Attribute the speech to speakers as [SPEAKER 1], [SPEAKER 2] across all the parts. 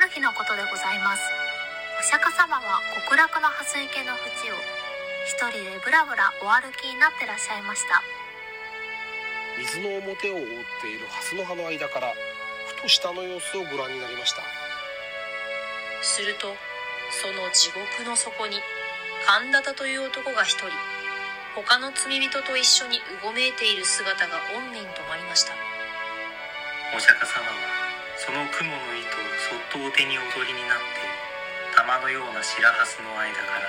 [SPEAKER 1] の日のことでございますお釈迦様は極楽の蓮池の淵を一人でぶらぶらお歩きになってらっしゃいました
[SPEAKER 2] 水の表を覆っている蓮の葉の間からふと下の様子をご覧になりました
[SPEAKER 3] するとその地獄の底に神田田という男が一人他の罪人と一緒にうごめいている姿が怨念とまりました
[SPEAKER 4] お釈迦様はその雲の糸をそっとお手にお取りになって玉のような白はすの間から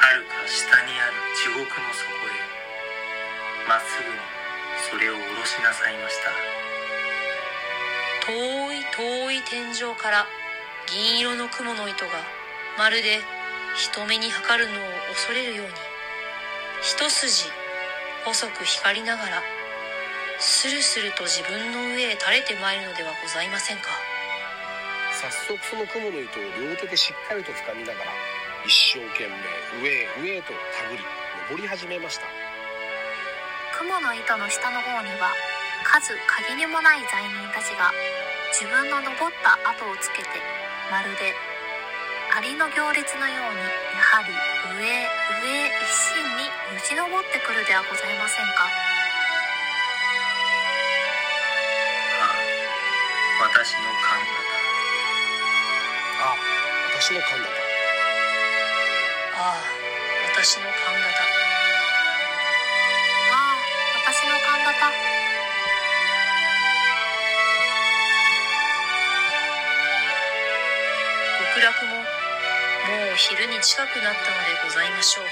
[SPEAKER 4] はるか下にある地獄の底へまっすぐにそれを下ろしなさいました
[SPEAKER 3] 遠い遠い天井から銀色の雲の糸がまるで人目に測るのを恐れるように一筋細く光りながらスルスルと自分の上へ垂れてまいるのではございませんか
[SPEAKER 2] 早速その雲の糸を両手でしっかりと掴みながら一生懸命上へ上へとたぐり登り始めました
[SPEAKER 1] 雲の糸の下の方には数限りもない罪人たちが自分の登った跡をつけてまるでアリの行列のようにやはり上へ上へ一心によじ登ってくるではございませんか
[SPEAKER 4] ああ私の神
[SPEAKER 2] ああ私の神田だ
[SPEAKER 3] ああ私の勘型
[SPEAKER 1] ああ私の勘型
[SPEAKER 3] 極楽ももう昼に近くなったのでございましょう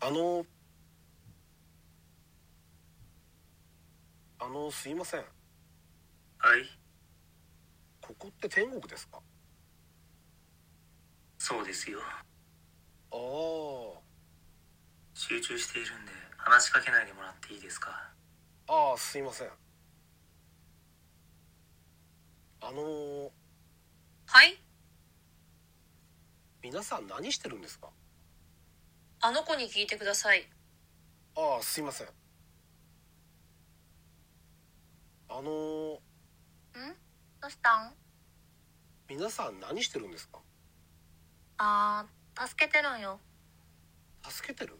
[SPEAKER 2] あのあのすいません
[SPEAKER 4] 方はい
[SPEAKER 2] ここって天国ですか
[SPEAKER 4] そうですよ
[SPEAKER 2] ああ
[SPEAKER 4] 集中しているんで話しかけないでもらっていいですか
[SPEAKER 2] ああすいませんあのー
[SPEAKER 3] はい
[SPEAKER 2] 皆さん何してるんですか
[SPEAKER 3] あの子に聞いてください
[SPEAKER 2] ああすいませんあのー
[SPEAKER 1] んどうしたん
[SPEAKER 2] 皆さん何してるんですか
[SPEAKER 1] ああ助けてるんよ
[SPEAKER 2] 助けてる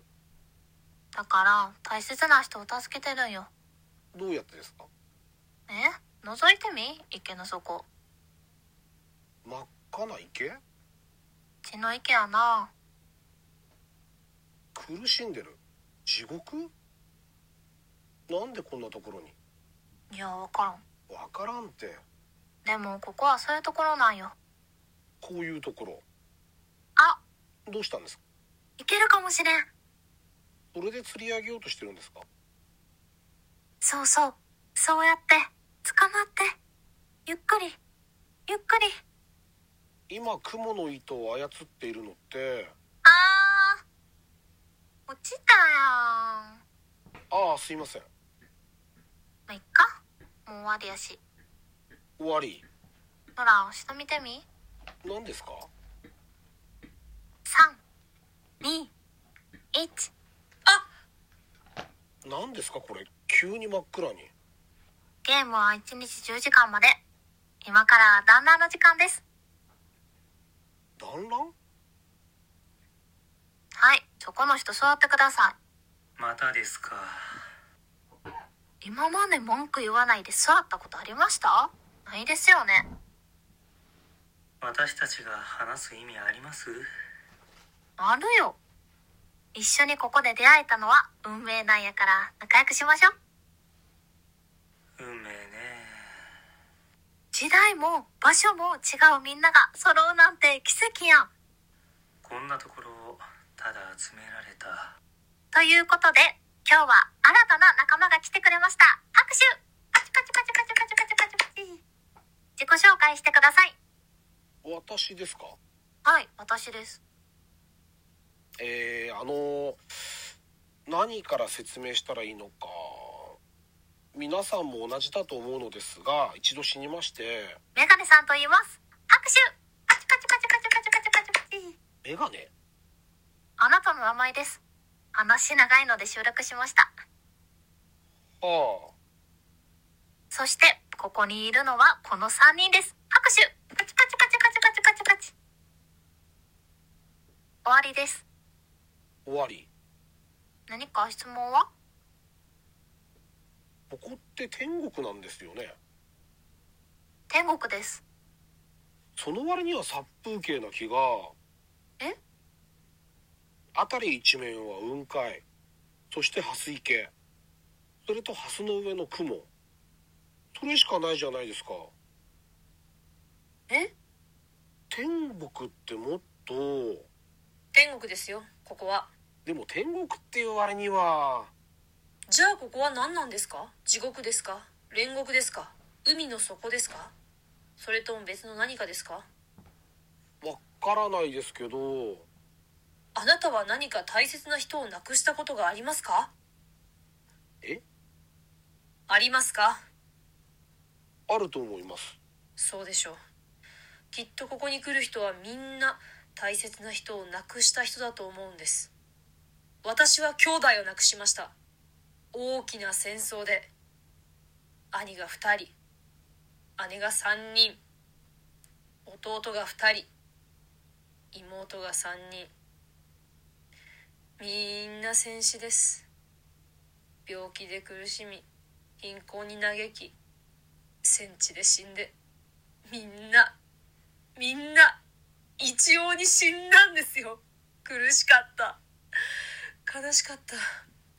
[SPEAKER 1] だから大切な人を助けてるんよ
[SPEAKER 2] どうやってですか
[SPEAKER 1] え覗いてみ池の底
[SPEAKER 2] 真っ赤な池
[SPEAKER 1] 血の池やな
[SPEAKER 2] 苦しんでる地獄なんでこんなところに
[SPEAKER 1] いやわからん
[SPEAKER 2] わからんって
[SPEAKER 1] でもここはそういうところなんよ
[SPEAKER 2] こういうところ
[SPEAKER 1] あ
[SPEAKER 2] どうしたんですか
[SPEAKER 1] いけるかもしれん
[SPEAKER 2] それで釣り上げようとしてるんですか
[SPEAKER 1] そうそうそうやって捕まってゆっくりゆっくり
[SPEAKER 2] 今蜘蛛の糸を操っているのって
[SPEAKER 1] あー落ちたやん
[SPEAKER 2] ああすいません
[SPEAKER 1] まあ、いっかもう終わりやし
[SPEAKER 2] 終わり
[SPEAKER 1] ほら下見てみ
[SPEAKER 2] 何ですか
[SPEAKER 1] 321
[SPEAKER 2] 何ですかこれ急に真っ暗に
[SPEAKER 1] ゲームは1日10時間まで今からだんだんの時間です
[SPEAKER 2] 団らん
[SPEAKER 1] はいそこの人座ってくださ
[SPEAKER 4] またですか
[SPEAKER 1] い今まで文句言わないで座ったことありましたないですよね
[SPEAKER 4] 私たちが話す意味あります
[SPEAKER 1] あるよ一緒にここで出会えたのは運命なんやから仲良くしましょう
[SPEAKER 4] 運命ね
[SPEAKER 1] 時代も場所も違うみんなが揃うなんて奇跡やん
[SPEAKER 4] こんなところをただ集められた
[SPEAKER 1] ということで今日は新たな仲間が来てくれましたあく拍手カチカチカチカチカチカチカチカチ自己紹介してください
[SPEAKER 2] 私ですか
[SPEAKER 1] はい私です
[SPEAKER 2] えー、あの何から説明したらいいのか皆さんも同じだと思うのですが一度死にまして
[SPEAKER 1] メガネさんと言います拍手カチカチカチカチカチカチカチカチ
[SPEAKER 2] メガネ
[SPEAKER 1] あなたの名前です話長いので収録しました
[SPEAKER 2] ああ
[SPEAKER 1] そしてここにいるのはこの3人です拍手カチカチカチカチカチカチカチ終わりです
[SPEAKER 2] 終わり
[SPEAKER 1] 何か質問は
[SPEAKER 2] ここって天国なんですよね
[SPEAKER 1] 天国です
[SPEAKER 2] その割には殺風景な気が
[SPEAKER 1] え
[SPEAKER 2] 辺り一面は雲海そして蓮池それと蓮の上の雲それしかないじゃないですか
[SPEAKER 1] え
[SPEAKER 2] 天国ってもっと
[SPEAKER 3] 天国ですよここは
[SPEAKER 2] でも天国っていう割には
[SPEAKER 3] じゃあここは何なんですか地獄ですか煉獄ですか海の底ですかそれとも別の何かですか
[SPEAKER 2] わからないですけど
[SPEAKER 3] あなたは何か大切な人を亡くしたことがありますか
[SPEAKER 2] え
[SPEAKER 3] ありますか
[SPEAKER 2] あると思います
[SPEAKER 3] そうでしょうきっとここに来る人はみんな大切な人を亡くした人だと思うんです私は兄弟を亡くしました大きな戦争で兄が2人姉が3人弟が2人妹が3人みんな戦死です病気で苦しみ貧困に嘆き戦地で死んでみんなみんな一様に死んだんですよ苦しかった悲しかった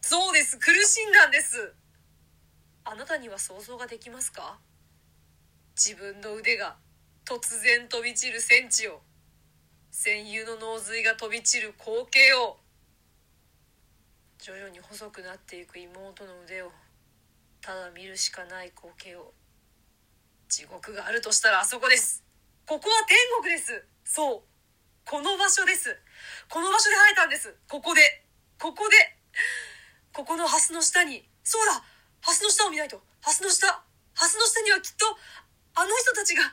[SPEAKER 3] そうです苦しんだんですあなたには想像ができますか自分の腕が突然飛び散る戦地を戦友の脳髄が飛び散る光景を徐々に細くなっていく妹の腕をただ見るしかない光景を地獄があるとしたらあそこですここは天国ですそうこの場所ですこの場所で生えたんですここでここでここの蓮の下にそうだ蓮の下を見ないと蓮の下蓮の下にはきっとあの人たちが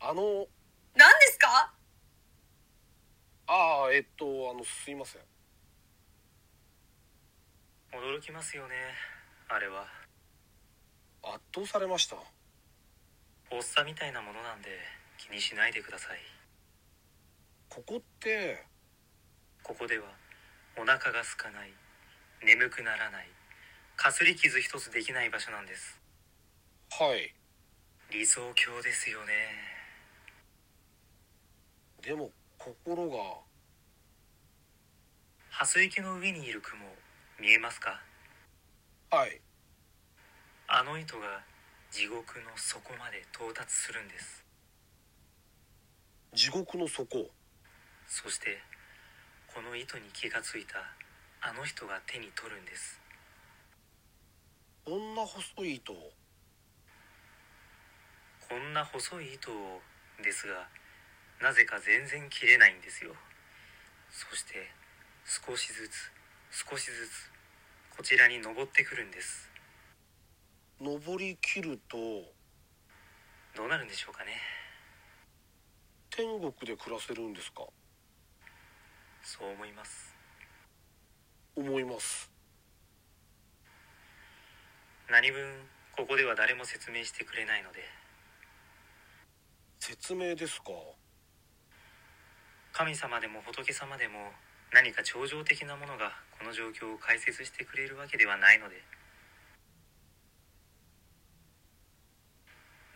[SPEAKER 2] あの
[SPEAKER 3] 何ですか
[SPEAKER 2] ああえっとあのすいません
[SPEAKER 4] 驚きますよねあれは
[SPEAKER 2] 圧倒されました
[SPEAKER 4] 発作みたいなものなんで気にしないでください
[SPEAKER 2] ここって
[SPEAKER 4] ここではお腹が空かない眠くならないかすり傷一つできない場所なんです
[SPEAKER 2] はい
[SPEAKER 4] 理想郷ですよね
[SPEAKER 2] でも心が
[SPEAKER 4] 蓮池の上にいる雲見えますか
[SPEAKER 2] はい
[SPEAKER 4] あの糸が地獄の底まで到達するんです
[SPEAKER 2] 地獄の底
[SPEAKER 4] そしてこの糸に気がついたあの人が手に取るんです
[SPEAKER 2] こんな細い糸を
[SPEAKER 4] こんな細い糸をですがなぜか全然切れないんですよそして少しずつ少しずつこちらに登ってくるんです
[SPEAKER 2] 登りきると
[SPEAKER 4] どうなるんでしょうかね
[SPEAKER 2] 天国で暮らせるんですか
[SPEAKER 4] そう思います
[SPEAKER 2] 思います
[SPEAKER 4] 何分ここでは誰も説明してくれないので
[SPEAKER 2] 説明ですか
[SPEAKER 4] 神様でも仏様でも何か超常的なものがこの状況を解説してくれるわけではないので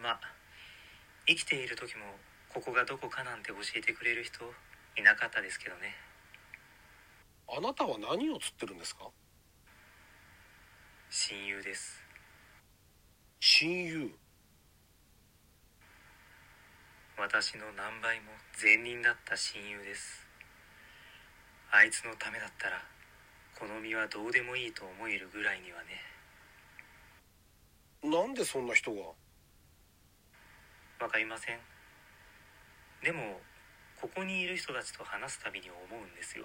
[SPEAKER 4] まあ生きている時もここがどこかなんて教えてくれる人いなかったですけどね
[SPEAKER 2] あなたは何を釣ってるんですか
[SPEAKER 4] 親友です
[SPEAKER 2] 親友
[SPEAKER 4] 私の何倍も善人だった親友ですあいつのためだったらこの身はどうでもいいと思えるぐらいにはね
[SPEAKER 2] なんでそんな人が
[SPEAKER 4] わかりませんでもここにいる人たちと話すたびに思うんですよ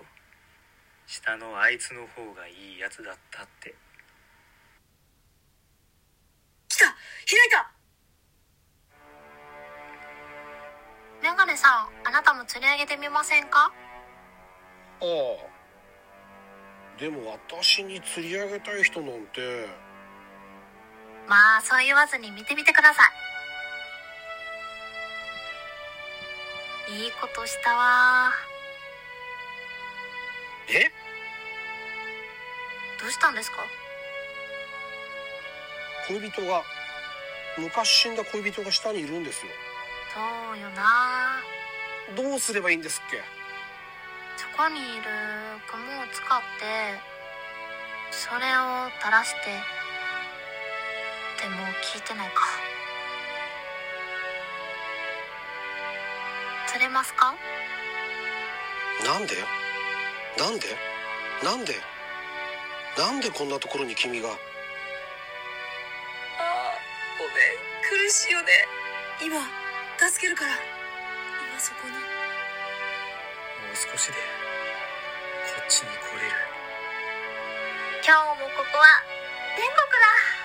[SPEAKER 4] 下のあいつの方がいいやつだったって
[SPEAKER 3] 来た開いた
[SPEAKER 1] メガネさん、あなたも釣り上げてみませんか
[SPEAKER 2] ああでも私に釣り上げたい人なんて
[SPEAKER 1] まあ、そう言わずに見てみてください。いいことしたわ
[SPEAKER 2] え
[SPEAKER 1] どうしたんですか
[SPEAKER 2] 恋人が昔死んだ恋人が下にいるんですよ
[SPEAKER 1] そうよな
[SPEAKER 2] どうすればいいんですっけ
[SPEAKER 1] そこにいる雲を使ってそれを垂らしてでも聞いてないか釣れますか
[SPEAKER 2] なんでなんでなんでなんでこんなところに君が
[SPEAKER 3] あーごめん苦しいよね今助けるから今そこに
[SPEAKER 4] もう少しでこっちに来れる
[SPEAKER 1] 今日もここは天国だ